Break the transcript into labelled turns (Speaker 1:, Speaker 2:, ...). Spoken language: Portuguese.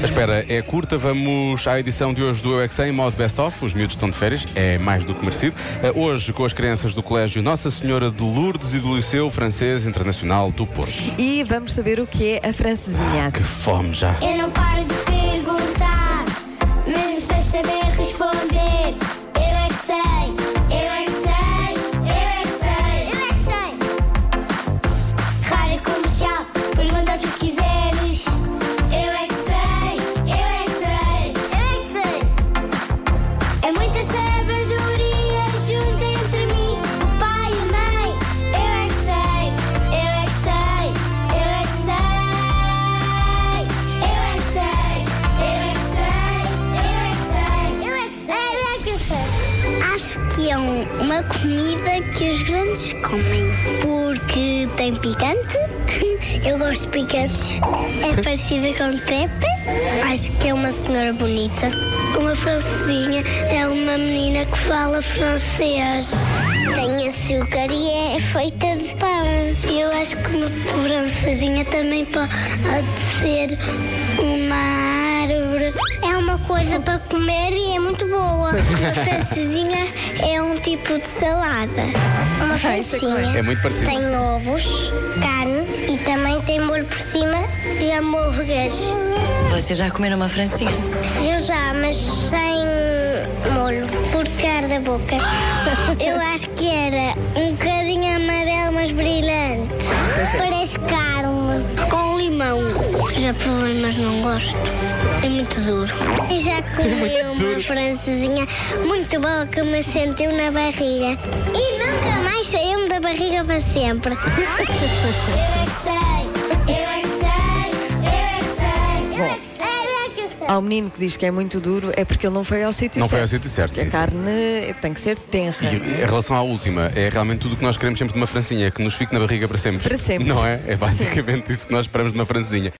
Speaker 1: A espera é curta, vamos à edição de hoje do Eu é Que Sei, em modo best-of. Os miúdos estão de férias, é mais do que merecido. Eh, Hoje, com as crianças do Colégio Nossa Senhora de Lourdes e do Liceu Francês Internacional do Porto.
Speaker 2: E vamos saber o que é a francesinha.
Speaker 1: Que fome já!
Speaker 3: Eu não paro de perguntar, mesmo sem saber responder. Eu é que sei, eu é que sei, eu é que sei, eu é que sei. Rádio comercial, pergunta o que quiseres. Eu é que sei, eu é que sei, eu é que sei. É muita sabedoria junto entre mim, o pai e a mãe. Eu é que sei, eu é que sei, eu é que sei. Eu é que sei, eu é que sei, eu é que sei, eu é que sei, eu é que sei.
Speaker 4: Acho que é um- uma comida que os grandes comem porque tem picante. Eu gosto de picantes. É parecida com trepa. Acho que é uma senhora bonita. Uma francesinha é uma menina que fala francês. Tem açúcar e é feita de pão. Eu acho que uma francesinha também pode ser uma árvore. É uma coisa para comer e é muito boa. Uma francesinha é um tipo de salada. Uma
Speaker 2: Ah, isso é que não é.
Speaker 4: francesinha
Speaker 1: É muito parecido.
Speaker 4: tem ovos, carne e também tem molho por cima e hambúrgueres.
Speaker 5: Vocês já comeram uma francinha?
Speaker 4: Eu já, mas sem molho, por causa da boca. Eu acho que era um bocadinho amarelo, mas brilhante. Parece carne. é. Com limão. Já provei, mas não gosto. É muito duro. E já comi uma francesinha muito boa que me sentiu na barriga. E nunca mais saiu-me da barriga para sempre.
Speaker 3: Eu é que sei, eu é que sei, eu é que sei, eu é que sei, eu é que sei.
Speaker 2: Há um menino que diz que é muito duro, é porque ele não foi ao sítio
Speaker 1: Não foi
Speaker 2: certo.
Speaker 1: ao sítio certo,
Speaker 2: A
Speaker 1: sim, sim.
Speaker 2: carne tem que ser tenra.
Speaker 1: E eh, em relação à última, é realmente tudo o que nós queremos sempre de uma francinha, que nos fique na barriga para sempre.
Speaker 2: Para sempre.
Speaker 1: Não é? É basicamente isso que nós esperamos de uma francinha.